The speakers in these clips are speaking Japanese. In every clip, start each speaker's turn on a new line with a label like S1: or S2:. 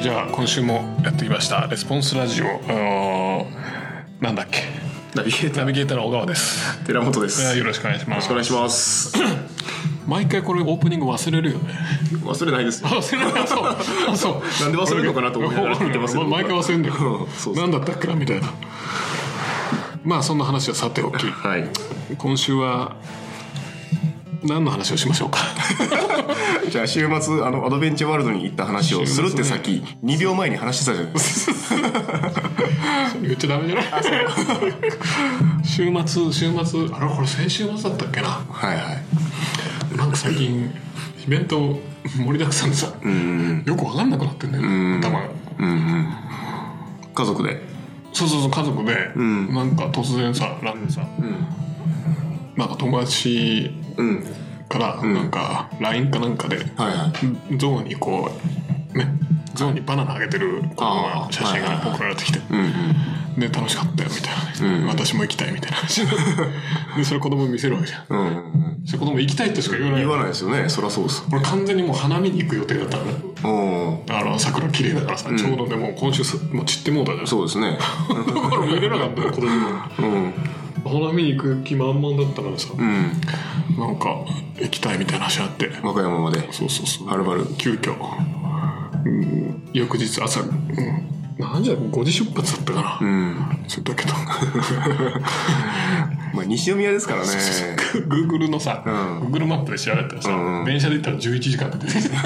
S1: じゃあ今週もやってきましたレスポンスラジオうーんなんだっけ
S2: ナビゲータ
S1: ナ
S2: ー
S1: ビゲーターの小川です
S2: 寺本です。
S1: えー
S2: よ
S1: よろしくお願いしま
S2: ろし
S1: す
S2: くお願いします。
S1: 毎回これオープニング忘れるよね
S2: 忘れないですよ。
S1: 忘れないそうあそう
S2: なんで忘れるのかなと思いながら聞いてます よ
S1: 俺毎回忘れるんだよ
S2: うん そうそう
S1: 何だったっけなみたいなまあそんな話はさておき
S2: はい。
S1: 今週は何の話をしまし ょうか
S2: じゃあ週末あのアドベンチャーワールドに行った話をするってさっき2秒前に話してたじゃないですか。
S1: 言っちゃダメじゃない 週末週末あれこれ先週末だったっけな
S2: はいはい。
S1: なんか最近イベント盛りだくさんでさよく分かんなくなってんだよね頭が
S2: 家族で。
S1: そうそうそう家族でなんか突然さなんでさなんか友達
S2: うん。
S1: からなんか LINE かなんかで
S2: はいはい。
S1: ゾウにこうねゾウにバナナあげてる子供の写真
S2: あーはいはい
S1: が
S2: はい
S1: 送られてきて
S2: うんうん。
S1: で楽しかったよみたいなね、私も行きたいみたいな 話でそれ子供見せるわけじゃん
S2: うんうんうん。
S1: それ子供行きたいとしか言わない
S2: 言わないですよね。そりゃそうです。
S1: 俺完全にもう花見に行く予定だったのね
S2: おお。
S1: あの桜綺麗だからさ、ちょうどでもう今週すもう散ってもうたじゃん
S2: そうですね。
S1: だから見れなかったよ今年も
S2: うん
S1: 花見に行く気満々だったからさ、
S2: うん。
S1: なんか行きたいみたいな話あって
S2: 和歌山まで。
S1: そうそうそう
S2: はるばる
S1: 急遽、うん、翌日朝、うん、何時だ5時出発だったか
S2: う
S1: な、
S2: ん。
S1: それだけど
S2: まあ西宮で すからね。
S1: Google のさ、
S2: ん
S1: Google マップで調べたらさ、
S2: んうん
S1: 電車で行ったら11時 間って出てきた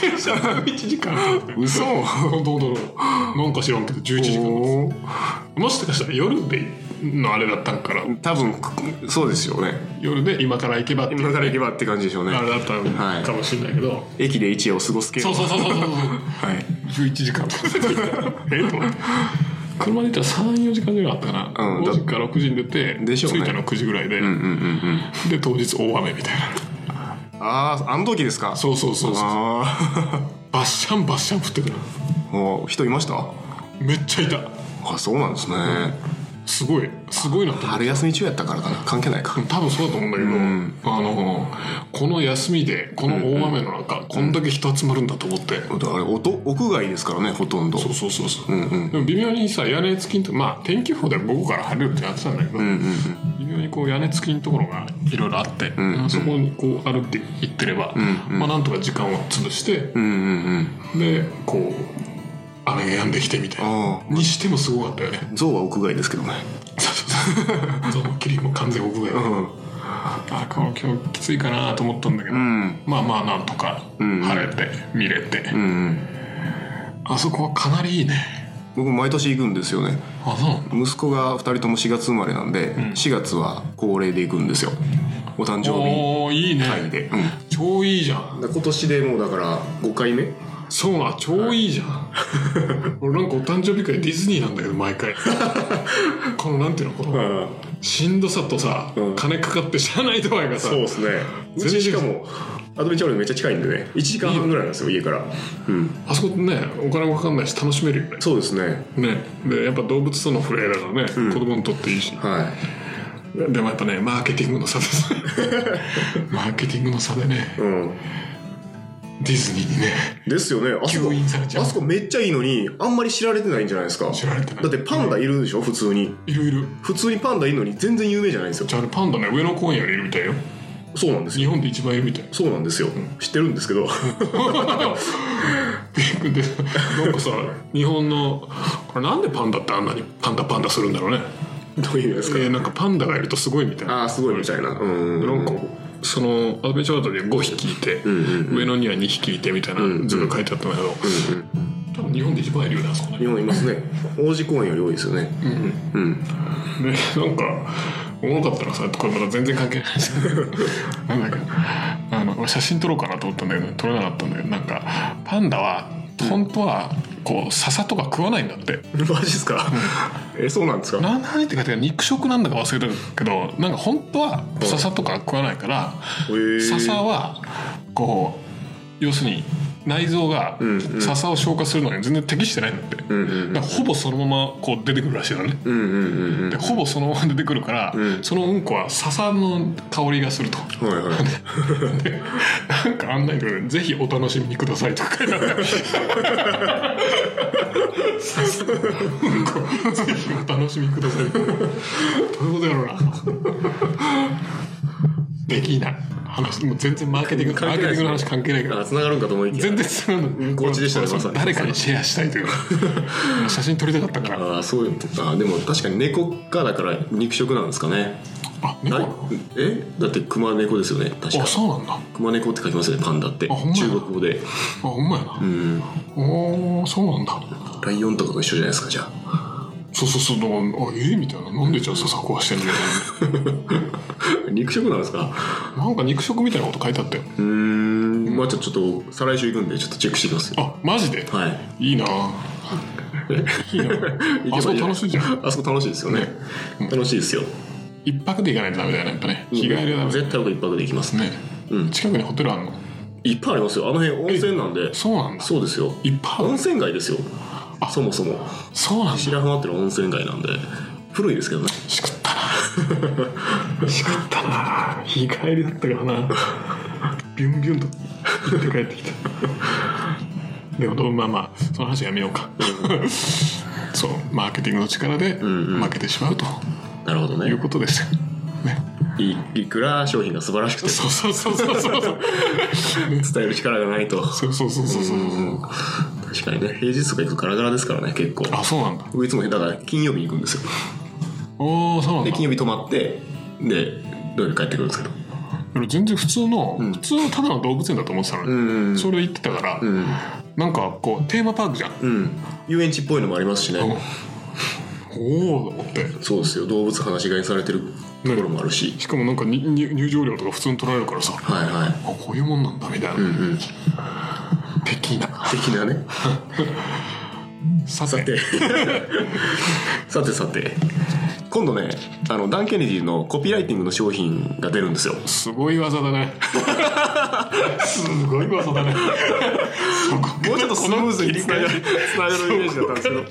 S1: 電車11時間って出てきた
S2: 嘘。
S1: 本当本当なんか知らんけど11時間
S2: おー
S1: もしかしたら夜でのあれだったんから
S2: 多分そうですよね。
S1: 夜で今から行けばっていう
S2: 今から行けばって感じでしょうね
S1: あ。れだった
S2: はい
S1: のかもしれないけど、
S2: 駅で一夜を過ごす系
S1: そうそうそうそうそう
S2: はい。
S1: 11時間 えと思って車で行ったら34時間ぐらいあったかな、
S2: うん
S1: 5時から6時に出て
S2: でしょうね
S1: 着いたの9時ぐらいで、
S2: うんうんうんうん。
S1: で当日大雨みたいな
S2: ああ、あの時ですか。
S1: そうそうそうそう
S2: あ
S1: バッシャンバッシャン降ってた
S2: あ、もう人いました。
S1: めっちゃいた
S2: あ、そうなんですね。
S1: すごいすごいなと思って
S2: 春休み中やったからかな、関係ないか。
S1: 多分そうだと思うんだけど、あのこの休みでこの大雨の中、こんだけ人集まるんだと思って、
S2: だから、おと、屋外ですからね、ほとんど。
S1: そうそうそうそう、でも微妙にさ屋根付きんとまあ天気予報では午後から晴れるってなってたんだけど、微妙にこう屋根付きのところがいろいろあって、そこにこう歩いて行ってれば、まあ、なんとか時間を潰して、
S2: うんうんうん。
S1: でこう雨が止んできてみたいな
S2: あ
S1: にしてもすごかったよね
S2: 象は屋外ですけどね。
S1: そうそうキリも完全屋外、
S2: ん
S1: あこの今日きついかなと思ったんだけど、
S2: ん
S1: まあまあなんとか晴れて見れて、
S2: うんうん。
S1: あそこはかなりいいね
S2: 僕毎年行くんですよね。
S1: あそうなんだ
S2: 息子が二人とも4月生まれなんで、4月は恒例で行くんですよ。お誕生日
S1: おーいいね、
S2: 会で。うん。
S1: 超いいじゃん
S2: 今年でもうだから5回目
S1: そうな超いいじゃん 俺なんかお誕生日会ディズニーなんだけど毎 回このなんていうのこの
S2: ん。
S1: しんどさとさ、
S2: うん
S1: 金かかって知らない度合いがさ
S2: そうですねう
S1: 全然
S2: ちしかもアドベンチャーワールドめっちゃ近いんでね1時間半ぐらいなんですよ家からうん
S1: あそこねお金もかかんないし楽しめるよね
S2: そうですね
S1: ねでやっぱ動物との触れ合いだからね、子供にとっていいし
S2: は
S1: でもやっぱねマーケティングの差です マーケティングの差でね
S2: い、うん、
S1: ディズニーにね
S2: ですよねあそこ
S1: 吸引されちゃう
S2: あそこめっちゃいいのにあんまり知られてないんじゃないですか
S1: 知られてない
S2: だってパンダいるでしょ普通に
S1: いるいる
S2: 普通にパンダいるのに全然有名じゃないんですよ
S1: じゃああれパンダね上野公園よりいるみたいよ
S2: そうなんですよ
S1: 日本で一番いるみ たい
S2: そうなんですよ知ってるんですけど
S1: でなんかさ日本のこれなんでパンダってあんなにパンダパンダするんだろうね
S2: どういう意味ですか
S1: えーなんかパンダがいるとすごいみたいな
S2: ああすごいみたいなうん
S1: なんかそのアドベンチャーワールドには5匹いて、上野には2匹いてみたいな図が書いてあったんだけど、多分日本で一番いるよねあそこね
S2: 日本いますね王子公園より多いですよねうん
S1: でなんかおもろかったらさこれまだ全然関係ないですけどなんだっけあの俺写真撮ろうかなと思ったんだけど撮れなかったんだけどなんかパンダは本当はこう笹とか食わないんだって、
S2: マジっすかえそうなんですか
S1: なん、何て書いてある肉食なんだか忘れたけどなんか本当は笹とか食わないから、
S2: へえ
S1: 笹はこう要するに内臓が
S2: うんうん
S1: 笹を消化するのに全然適してないんだって、
S2: うんうん
S1: だからほぼそのままこう出てくるらしいのね、
S2: うんうんうん
S1: でほぼそのまま出てくるから、
S2: うん
S1: そのうんこは笹の香りがすると。
S2: はいはい
S1: でなんか案内でぜひお楽しみください」とか書いてあってうんこ「ぜひお楽しみください」どういうことやろうなできない話もう全然マーケティング、マーケティングの話関係ないから
S2: あ繋がるんかと思いきや
S1: 全然違うの
S2: うんこ落ちでしたね
S1: そうそう
S2: まさに
S1: 誰かにシェアしたいというか写真撮りたかったから
S2: ああそういうあでも確かに猫かだから肉食なんですかね
S1: あ猫
S2: な
S1: ないの
S2: えだって熊猫ですよね確か
S1: あそうなんだあ
S2: 熊猫って書きますよねパンダって
S1: あほんまや
S2: 中国語で
S1: ほんまやな
S2: うん
S1: おーそうなんだ
S2: ライオンとかと一緒じゃないですかじゃあ
S1: そうそうそうだからあえみたいななんでじゃあ笹壊してんのみたいな
S2: 肉食なんですか
S1: なんか肉食みたいなこと書いてあったよ。
S2: うーんまあちょちょっと再来週行くんでちょっとチェックしてきます
S1: あ、マジで
S2: はい
S1: いいなぁいいな
S2: 行け
S1: ぁ
S2: ば
S1: あ
S2: い
S1: そこ
S2: い
S1: 楽しいじゃん。
S2: あそこ楽しいですよね楽しいですよ
S1: 一泊で行かないとダメだよね、やっぱね。日帰りはダメだよ
S2: 絶対僕一泊で行きます
S1: ね。
S2: うん
S1: 近くにホテルあんの
S2: いっぱいありますよあの辺温泉なんで
S1: そうなんだ。
S2: そうですよ
S1: いっぱいあ
S2: 温
S1: る
S2: 泉街ですよそもそも
S1: そうなんだ。
S2: 白浜ってのは温泉街なんで古いですけどね
S1: しかったなぁ。しかったなぁ。日帰りだったからなビュンビュンと行って帰ってきた。でもどうまあまあその話はやめようかそうマーケティングの力で
S2: んうん
S1: 負けてしまうと
S2: なるほど
S1: い
S2: ね
S1: うことですよ、ね
S2: いいくら商品が素晴らしくて
S1: そうそうそうそうそうそう。
S2: 伝える力がないと
S1: そうそうそうそうそう。
S2: 確かにね平日とか行くとガラガラですからね結構
S1: あ、そうなんだ。
S2: 僕いつもだから金曜日に行くんですよ
S1: おお、そうなん
S2: で
S1: だ。
S2: 金曜日泊まってで土曜日帰ってくるんですけど
S1: 俺全然普通の、普通のただの動物園だと思ってたのに、
S2: ん
S1: それ行ってたから、
S2: うん
S1: なんかこうテーマパークじゃん。
S2: うん遊園地っぽいのもありますしね
S1: おおーと思って。
S2: そうですよ動物放し飼いされてるところもあるし、
S1: しかもなんかにに入場料とか普通に取られるからさ、あ
S2: はいはい
S1: こういうもんなんだみたいな。
S2: うんうん
S1: 的な。
S2: 的なね
S1: さ
S2: さ
S1: て
S2: て さてさて今度ねあのダン・ケネディのコピーライティングの商品が出るんですよ
S1: すごい技だ ね。すごい技だね。そ こ
S2: もうちょっとスムーズにつながるつながるイメージだったんですけど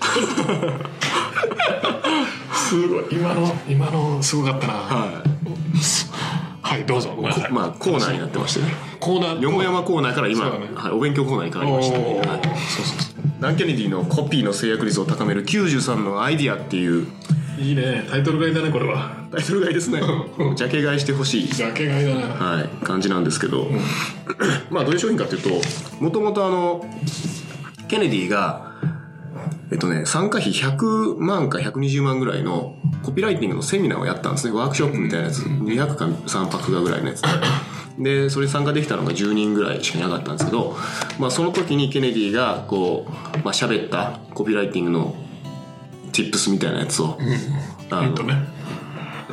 S1: すごい今の今のすごかったな。
S2: は
S1: はい、どうぞ。ごめんなさい
S2: いまあコーナーになってましてね
S1: コーナー
S2: よもやまコーナーから今、
S1: そうだね
S2: はい、お勉強コーナーに変わりました、
S1: おー
S2: はい
S1: そうそうそ
S2: ダン・ケネディのコピーの制約率を高める93のアイディアっていう
S1: ういいねタイトル買いだねこれは
S2: タイトル買いですねジャケ買いしてほしい
S1: ジャケ買いだな
S2: はい、感じなんですけど、 まあどういう商品かというともともとあのケネディがえっとね参加費100万か120万ぐらいのコピーライティングのセミナーをやったんですねワークショップみたいなやつ、200か3泊かぐらいのやつででそれに参加できたのが10人ぐらいしかいなかったんですけど、まあ、その時にケネディがこう、まあ喋ったコピーライティングの tips みたいなやつを、あ
S1: え
S2: の
S1: っとね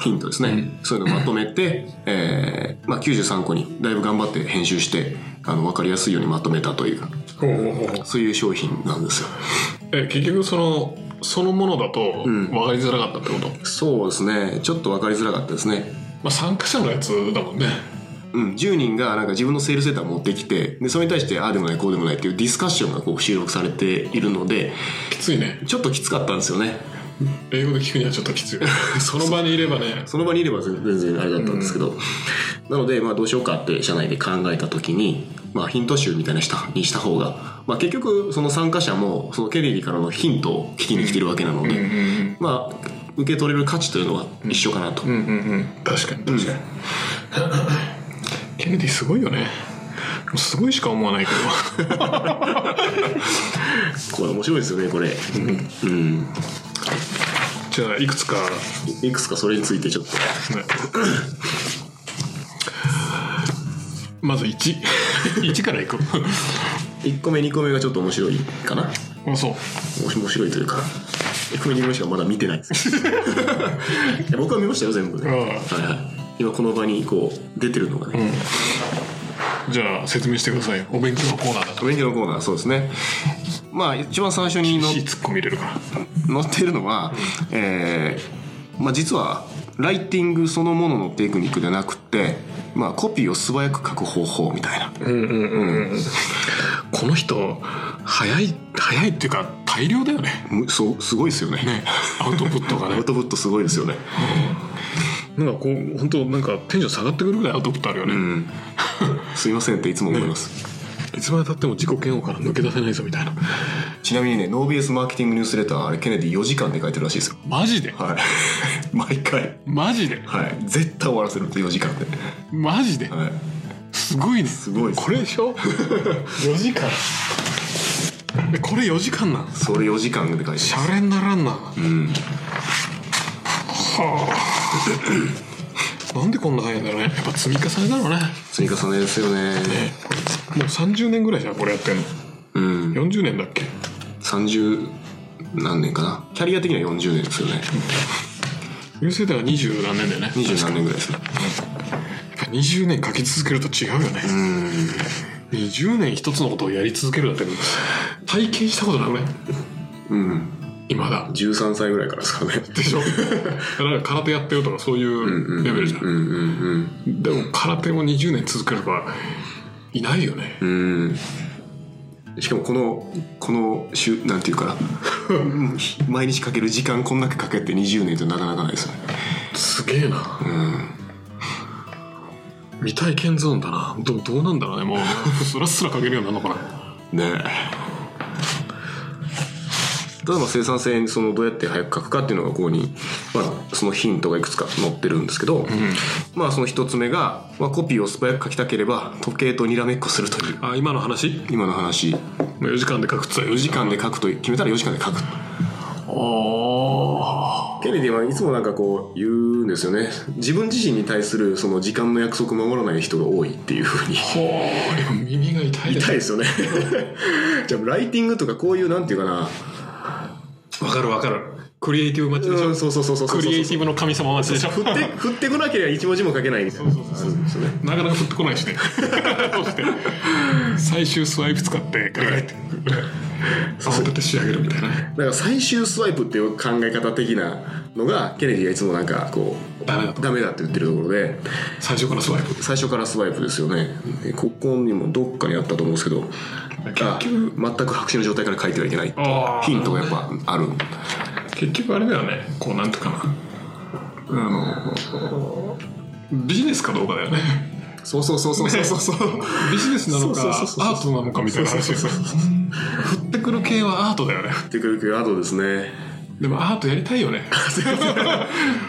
S2: ヒントですね、そういうのをまとめて、えーまあ、93個にだいぶ頑張って編集してあの分かりやすいようにまとめたという
S1: ほうほうほう
S2: そういう商品なんですよ
S1: え結局そのそのものだと
S2: ん
S1: 分かりづらかったってこと、ま
S2: そうですねちょっと分かりづらかったですね
S1: あ参加者のやつだもんね
S2: うん、10人がなんか自分のセールセーター持ってきてでそれに対してああでもないこうでもないっていうディスカッションがこう収録されているので
S1: きついね
S2: ちょっときつかったんですよね
S1: 英語で聞くにはちょっときつい その場にいればね
S2: その場にいれば全全然あれだったんですけど、なので、まあ、どうしようかって社内で考えた時に、まあ、ヒント集みたいなしたにした方が、まあ、結局その参加者もそのケネディからのヒントを聞きに来てるわけなので、
S1: うん
S2: まあ、受け取れる価値というのは一緒かなと、
S1: うんうんうん確かに確かに、ケネディすごいよねすごいしか思わないけ ど
S2: これ面白いですよねこれ、うん
S1: じゃあいくつか
S2: いくつかそれについてちょっと
S1: ねまず1 1からいく
S2: 1個目2個目がちょっと面白いかな
S1: あそう
S2: 面白いというか1個目2個目しかまだ見てないです いや僕は見ましたよ全部ね、
S1: ああ
S2: はいはい、今この場にこう出てるのがね、
S1: じゃあ説明してくださいよお勉強のコーナーだと
S2: 勉強のコーナーそうですねまあ一番最初 にの
S1: しツッコミ入れるから
S2: 載っているのは、えーまあ、実はライティングそのもののテクニックでなくて、まあ、コピーを素早く書く方法みたいな、
S1: うんうんうん
S2: こ
S1: この人早い早いっていうか大量だよね
S2: むそうすごいですよね
S1: ねアウトプットが
S2: ア
S1: ね
S2: ウトプットすごいですよね
S1: なんかこう本当なんかテンション下がってくるぐらいアウトプットあるよね、
S2: うんすいませんっていつも思います、
S1: いつまでたっても自己嫌悪から抜け出せないぞみたいな
S2: ちなみにね NoBS マーケティングニュースレターあれケネディ4時間で書いてるらしいですよ
S1: マジで
S2: はい 毎回
S1: マジで
S2: はい絶対終わらせるって4時間で
S1: マジで
S2: はい
S1: すごいね
S2: すごいです
S1: これでし ょ4時間えこれ4時間なん
S2: それ4時間で書いてます
S1: シャレにならんな
S2: うん
S1: なんでこんな早いんだろうねやっぱ積み重ねだろうね
S2: 積み重ねですよ
S1: ね
S2: ね
S1: もう30年ぐらいじゃんこれやってんの
S2: うん
S1: 40年だっけ
S2: 30何年かなキャリア的には40年ですよね
S1: 優勢では20何年だよね
S2: 二十何年ぐらいです
S1: や
S2: ね
S1: っぱ20年書き続けると違うよね20年一つのことをやり続けるだって体験したことない俺
S2: うん
S1: 今だ
S2: 13歳ぐらいからですかね
S1: で しょなんか空手やってるとかそういうレベルじゃん,、
S2: うんうん
S1: でも空手も20年続ければいないよね、
S2: うんうんしかもこのこの週なんていうかな うん毎日かける時間こんだけかけて20年ってなかなかないですよね
S1: すげえな、未体験ゾーンだなどどうなんだろうねもうすらすら書けるようになるのかな
S2: ねえ例えば生産性にそのどうやって早く書くかっていうのがここに、まあ、そのヒントがいくつか載ってるんですけど、まあその一つ目が、まあ、コピーを素早く書きたければ時計とにらめっこするという
S1: あ今の話
S2: 今の話
S1: 4時間で書くっつったら4
S2: 4
S1: 時
S2: 時
S1: 間
S2: 間で書くと決めたら4時間で書く
S1: あ
S2: ケネディはいつもなんかこう言うんですよね自分自身に対するその時間の約束守らない人が多いっていうふう に
S1: ほー今耳が痛いです
S2: 痛いですよねじゃあライティングとかこういうなんていうかな
S1: わかるわかるクリエイティブ待ちでしょ、
S2: うんそうそうそうそうそう
S1: クリエイティブの神様待ちでしょ
S2: 振って振ってこなければ一文字も書けないみたいな
S1: そうそうそうそう
S2: あるんですよね
S1: なかなか振ってこないし ねどうして最終スワイプ使ってガリガリって慌てて仕上げるみたいなね
S2: だから最終スワイプっていう考え方的なのがケネディがいつもなんかこう
S1: ダメだと
S2: ダメだって言ってるところで
S1: 最初からスワイプ
S2: 最初からスワイプですよねえここにもどっかにあったと思うんですけどあ全く白紙の状態から書いてはいけないっていう
S1: あー
S2: ヒントがやっぱある
S1: 結局あれだよねこうなんていうかなあのビジネスかどうかだよね
S2: そうそうそうそうそうそうそう
S1: ビジネスなのか
S2: そう
S1: ア
S2: そうそうそう
S1: ートなのかみたいな話ですよ振ってくる系はアートだよね
S2: ってくるけどあとですね
S1: でもアートやりたいよね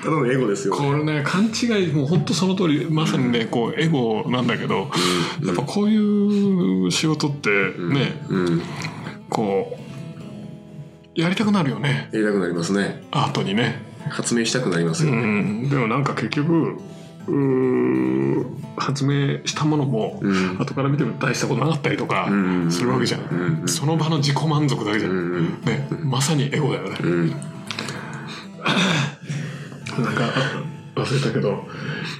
S2: ただのエゴですよ
S1: これね勘違いもう本当その通りまさにねこうエゴなんだけど、やっぱこういう仕事ってね、
S2: うん
S1: こうやりたくなるよね
S2: やりたくなりますね
S1: アートにね、
S2: 発明したくなりますよ、
S1: うん、でもなんか結局うー発明したものも、
S2: うん
S1: 後から見ても大したことなかったりとか
S2: ん
S1: するわけじゃん、
S2: うんうん
S1: その場の自己満足だけじゃん、
S2: ん
S1: ね、まさにエゴだよね、
S2: うん
S1: なんかあ忘れたけど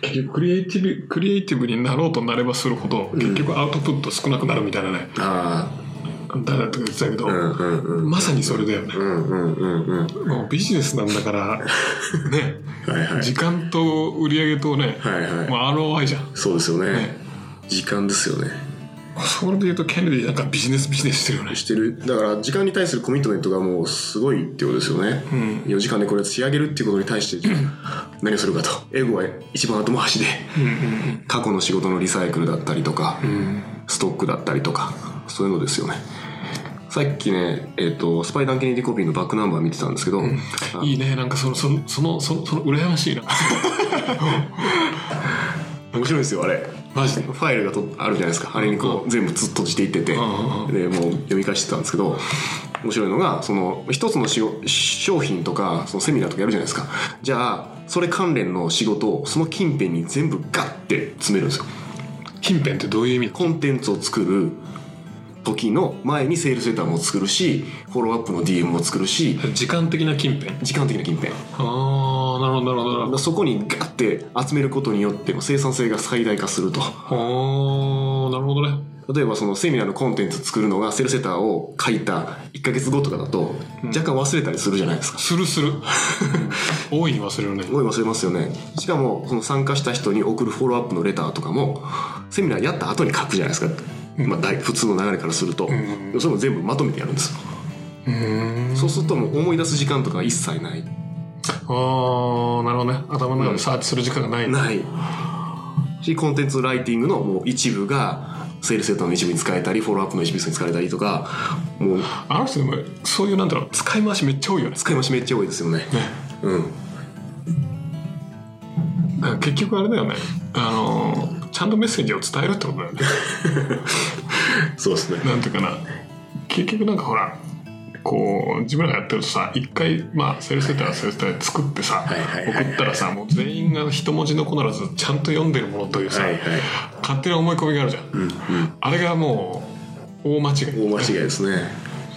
S1: 結局クリエイティブクリエイティブになろうとなればするほど結局アウトプット少なくなるみたいなね、
S2: あ
S1: 誰だったか言ってたけど、
S2: あうんうんうん
S1: まさにそれだよね
S2: う、んうんうんうん
S1: もうビジネスなんだから ね
S2: はいはい
S1: 時間と売り上げとね、
S2: はいはい
S1: まあ、ROI じゃん
S2: そうですよね
S1: ね
S2: 時間ですよね
S1: それで言うとケネディなんかビジネスビジネスしてるよね
S2: してるだから時間に対するコミットメントがもうすごいってことですよね、4時間でこれ仕上げるっていうことに対して何をするかとエゴは一番後回しで過去の仕事のリサイクルだったりとか、ストックだったりとかそういうのですよねさっきね、えっとスパイダン・ケネディ・コピーのバックナンバー見てたんですけど、あ
S1: いいねなんかそのそのそのそのその羨ましいな
S2: 面白いですよあれ
S1: マジで
S2: ファイルがとあるじゃないですかあれにこう全部つっ閉じていっててで
S1: ん
S2: もう読み返してたんですけど面白いのがその一つのしご商品とかそのセミナーとかやるじゃないですかじゃあそれ関連の仕事をその近辺に全部ガッて詰めるんですよ
S1: 近辺ってどういう意味
S2: コンテンツを作る時の前にセールスレターも作るしフォローアップの DM も作るし
S1: 時間的な近辺
S2: 時間的な近辺だか
S1: ああなるほどなるほどなるほ
S2: らそこにガッて集めることによって生産性が最大化すると
S1: どあーなるほどね
S2: 例えばそのセミナーのコンテンツ作るのがセルセターを書いた1ヶ月後とかだと若干忘れたりするじゃないですか。
S1: する する大いに忘れるね
S2: すごい忘れますよね。しかもその参加した人に送るフォローアップのレターとかもセミナーやった後に書くじゃないですか。まあ、大普通の流れからすると、
S1: ん
S2: でもそれも全部まとめてやるんですよ
S1: うーん
S2: そうするともう思い出す時間とかが一切ない
S1: ああなるほどね頭の中でサーチする時間がない、
S2: ないしコンテンツライティングのもう一部がセールスデータの一部に使えたりフォローアップの一部に使えたりとかもう
S1: あの人でもそういうなんだろう使い回しめっちゃ多いよね
S2: 使い回しめっちゃ多いですよね
S1: ね
S2: うん
S1: だから結局あれだよねあのーちゃんとメッセージを伝えるってことだよね
S2: そうですね
S1: なんていうかな結局なんかほらこう自分らがやってるとさ一回まあセールスデータはセールスデータで作ってさ、
S2: はいはいはいはい
S1: 送ったらさもう全員が一文字残らずちゃんと読んでるものというさ、
S2: はいはい
S1: 勝手な思い込みがあるじゃん、
S2: うんう
S1: あれがもう大間違い
S2: ん大間違いですね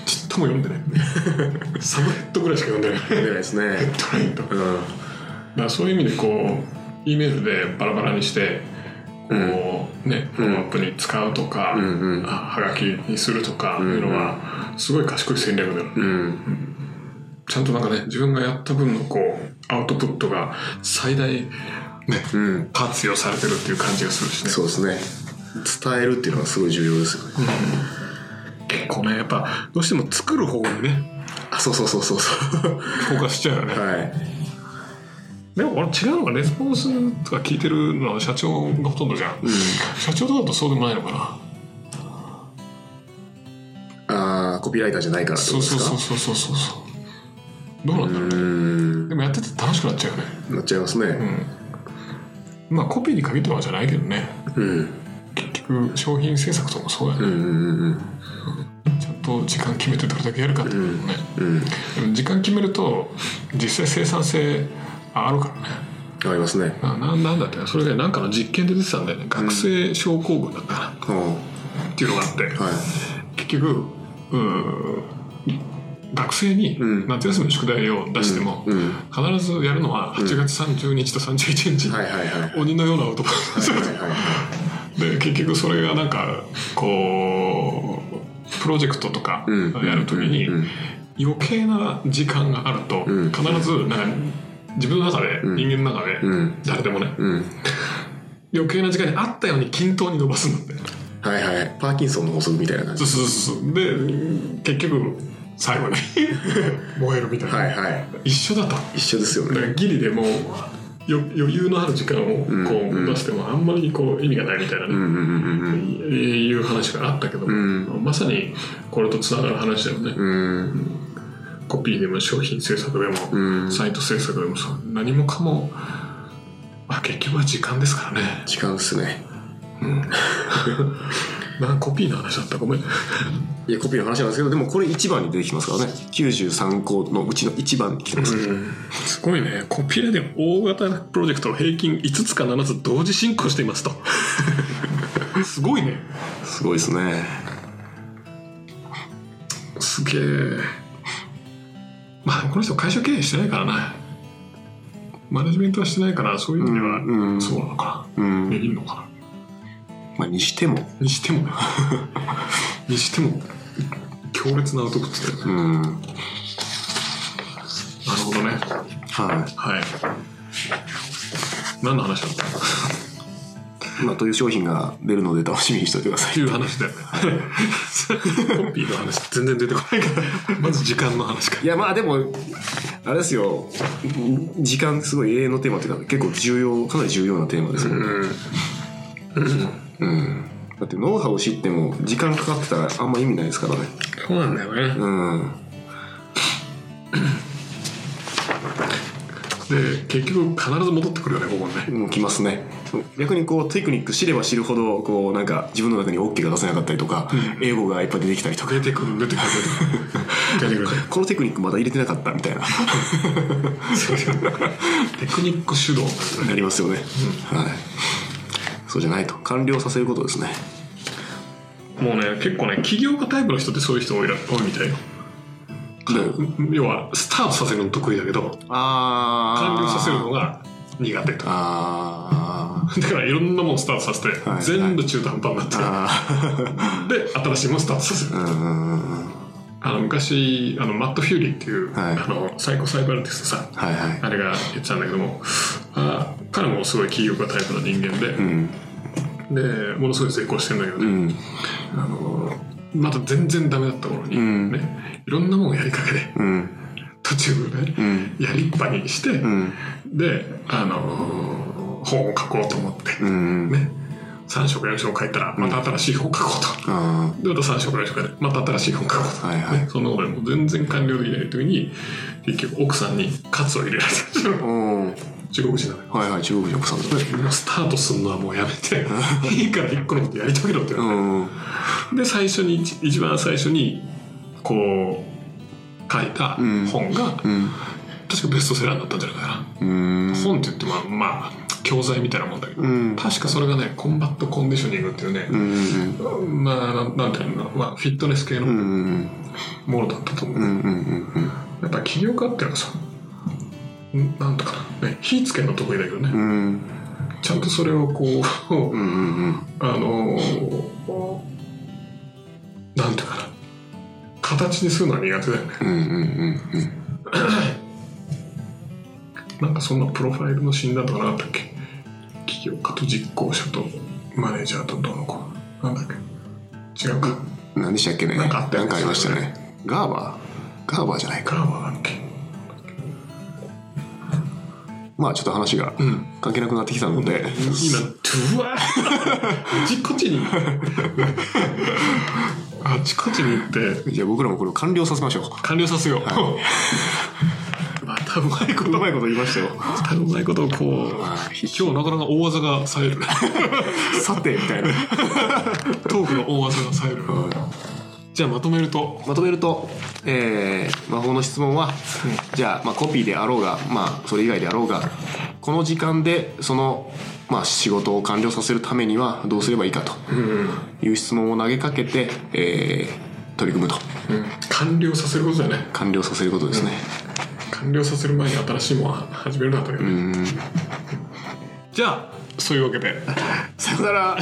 S1: ちっとも読んでないサブヘッドぐらいしか読んでない
S2: 間違いですね
S1: トラインとかだ
S2: うん
S1: からそういう意味でこう E メールでバラバラにしてこう、
S2: うん
S1: ねフォローアップに使うとか、
S2: うんうん
S1: あはがきにするとか
S2: んうん
S1: いうのはすごい賢い戦略だよね、
S2: うん
S1: ちゃんとなんかね自分がやった分のこうアウトプットが最大ね
S2: うん
S1: 活用されてるっていう感じがするしね
S2: そうですね伝えるっていうのがすごい重要ですよね
S1: 結構ねやっぱどうしても作る方にね
S2: あそうそうそうそうそう
S1: フォーカスしちゃうよね
S2: はい
S1: でも俺違うのがレスポンスとか聞いてるのは社長がほとんどじゃん、社長とかだとそうでもないのかな
S2: ああコピーライターじゃないからってこ
S1: そ
S2: と
S1: う
S2: です
S1: そ
S2: か
S1: うそうそうそうそうそうどうなんだろう、
S2: うーん
S1: でもやってて楽しくなっちゃうよね
S2: なっちゃいますね
S1: うんまあコピーに限ってはじゃないけどね
S2: うん
S1: 結局商品制作とかもそうだよ
S2: う
S1: ね、
S2: んうんうん
S1: ちゃんと時間決めてどれだけやるかってこともね、
S2: うん
S1: でも時間決めると実際生産性あるからね
S2: ありますね
S1: なななんだってそれがなんかの実験で出てたんだよね学生症候群だったか
S2: うん
S1: なっていうのがあって、
S2: はい
S1: 結局うーん学生に
S2: うん
S1: 夏休みの宿題を出しても、
S2: うん
S1: 必ずやるのは8月30日と31日、
S2: はいはいはい
S1: 鬼のような男で
S2: はい
S1: 結局それがなんかこうプロジェクトとか
S2: うん
S1: やるときに
S2: うん
S1: 余計な時間があると
S2: うん
S1: 必ずなんか自分の中で
S2: ん
S1: 人間の中で
S2: うん
S1: 誰でもね
S2: うん
S1: 余計な時間にあったように均等に伸ばすんだって
S2: はいはいパーキンソンの法則みたいな感じ
S1: そうそうそうそうで結局最後に 燃えるみたいな、
S2: はいはい
S1: 一緒だった
S2: 一緒ですよ
S1: だか
S2: ね
S1: らギリでもうよ余裕のある時間をこ
S2: うん
S1: う出してもあんまりこう意味がないみたいなね、
S2: うんうんうん
S1: いう話があったけども、
S2: ん
S1: まさにこれとつながる話だよね、
S2: うんうん
S1: コピーでも商品制作でも、
S2: うん
S1: サイト制作でもさ何もかも、まあ、結局は時間ですからね
S2: 時間ですね
S1: なんコピーの話だったごめん
S2: いやコピーの話なんですけどでもこれ一番に出てきますからね93項のうちの一番に来てます、
S1: すごいねコピーライでも大型プロジェクトを平均5つか7つ同時進行していますと すごいね
S2: すごいですね
S1: すげえまあこの人会社経営してないからなマネジメントはしてないからそういう意味では、
S2: うんうん
S1: そうなのか
S2: う
S1: なで
S2: ん
S1: きるのかな
S2: まあにしても
S1: にして もにしても強烈なアウトプットだよね
S2: うん
S1: なるほどね
S2: は
S1: はい何の話だったのっ
S2: いまあという商品が出るので楽しみにしておいてくださ
S1: て
S2: い
S1: いう話だよねコピーの話全然出てこないからまず時間の話か
S2: いやまあでもあれですよ時間すごい永遠のテーマというか結構重要かなり重要なテーマですもんね
S1: うん
S2: うんだってノウハウを知っても時間かかってたらあんま意味ないですからね
S1: そうなんだよね
S2: うん
S1: で結局必ず戻ってくるよねここね
S2: もうきますね逆にこうテクニック知れば知るほどこうなんか自分の中に OK が出せなかったりとか、英語がいっぱい出てきたりとか
S1: 出てくる出てくる出てくる
S2: このテクニックまだ入れてなかったみたいな
S1: テクニック主導
S2: なりますよね、はいそうじゃないと完了させることですね
S1: もうね結構ね起業家タイプの人ってそういう人多いら多いみたいよ要はスタートさせるの得意だけど
S2: ああ
S1: 完了させるのが苦手とだ
S2: あ
S1: からいろんなもんスタートさせて、
S2: はい
S1: 全部中途半端になって
S2: ああ
S1: で新しいもんスタートさせる、
S2: あうん
S1: あの昔あのマット・フューリーっていう、
S2: はい
S1: あのサイコサイバルティストさ
S2: はいはい
S1: あれが言ってたんだけどもあ彼もすごい起業家タイプの人間で、
S2: うん
S1: でものすごい成功してんだけどね、
S2: うん
S1: あのまだ全然ダメだった頃に、
S2: うん
S1: ね、いろんなもんやりかけて
S2: うん
S1: 途中で、ね
S2: うん
S1: やりっぱにして、
S2: うん
S1: で、あのー本を書こうと思って、
S2: うん
S1: ね3色4色書いたらまた新しい本書こうと、
S2: あ
S1: でまた3色4色でまた新しい本書こうと、
S2: はいはい
S1: ねその俺もう全然完了できない時に結局奥さんにカツを入れられ
S2: あ
S1: た
S2: うん
S1: 中国人なのよ
S2: はいはい中国人奥さんだね
S1: 今スタートするのはもうやめ ていいから一個のことやり遂げろって言われ
S2: うん
S1: たで最初に一一番最初にこう書いた本が、
S2: うん
S1: 確かベストセラーになったんじゃないかな
S2: うん
S1: 本って言ってもまあ教材みたいなもんだけど、
S2: うん
S1: 確かそれがねコンバットコンディショニングっていうね
S2: う、ん
S1: まあなんなんていうのかな、まあ、フィットネス系
S2: うんう
S1: の
S2: ん
S1: ものだったと思う、
S2: うんうんうん
S1: やっぱ起業家っていうのはさんなんとかな、ね、火つけるの得意だけどね、
S2: うんうん
S1: ちゃんとそれをこう、
S2: うんうん
S1: あのーなんていうかな形にするのは苦手だよね
S2: うんうんうん
S1: なんかそんなプロファイルの診断とかなかったっけ起業家と実行者とマネージャーとどの子なんだっけ違うか
S2: うん何でしたっけね
S1: なんかあったよね
S2: なんかありましたねガーバーガーバーじゃないか
S1: ガーバーだっけ
S2: まあちょっと話が
S1: ん
S2: 関係なくなってきたので、
S1: 今ドゥワーあちこちにあちこちに行って
S2: じゃあ僕らもこれを完了させましょう。
S1: 完了させよう、またうまいこと
S2: うまいこと言いましたよ。
S1: またうまいことをこう今日なかなか大技が冴え る
S2: さて、みたいな。
S1: トークの大技が冴えるじゃあまとめると
S2: まとめると、えー魔法の質問は、じゃあ、まあ、コピーであろうが、まあ、それ以外であろうが、この時間で、その、まあ、仕事を完了させるためには、どうすればいいかという質問を投げかけて、えー取り組むと。
S1: 完了させることだよね
S2: 完了させることですね。
S1: 完了させる前に新しいものを始めるなというね、じゃあそういうわけで
S2: さよなら。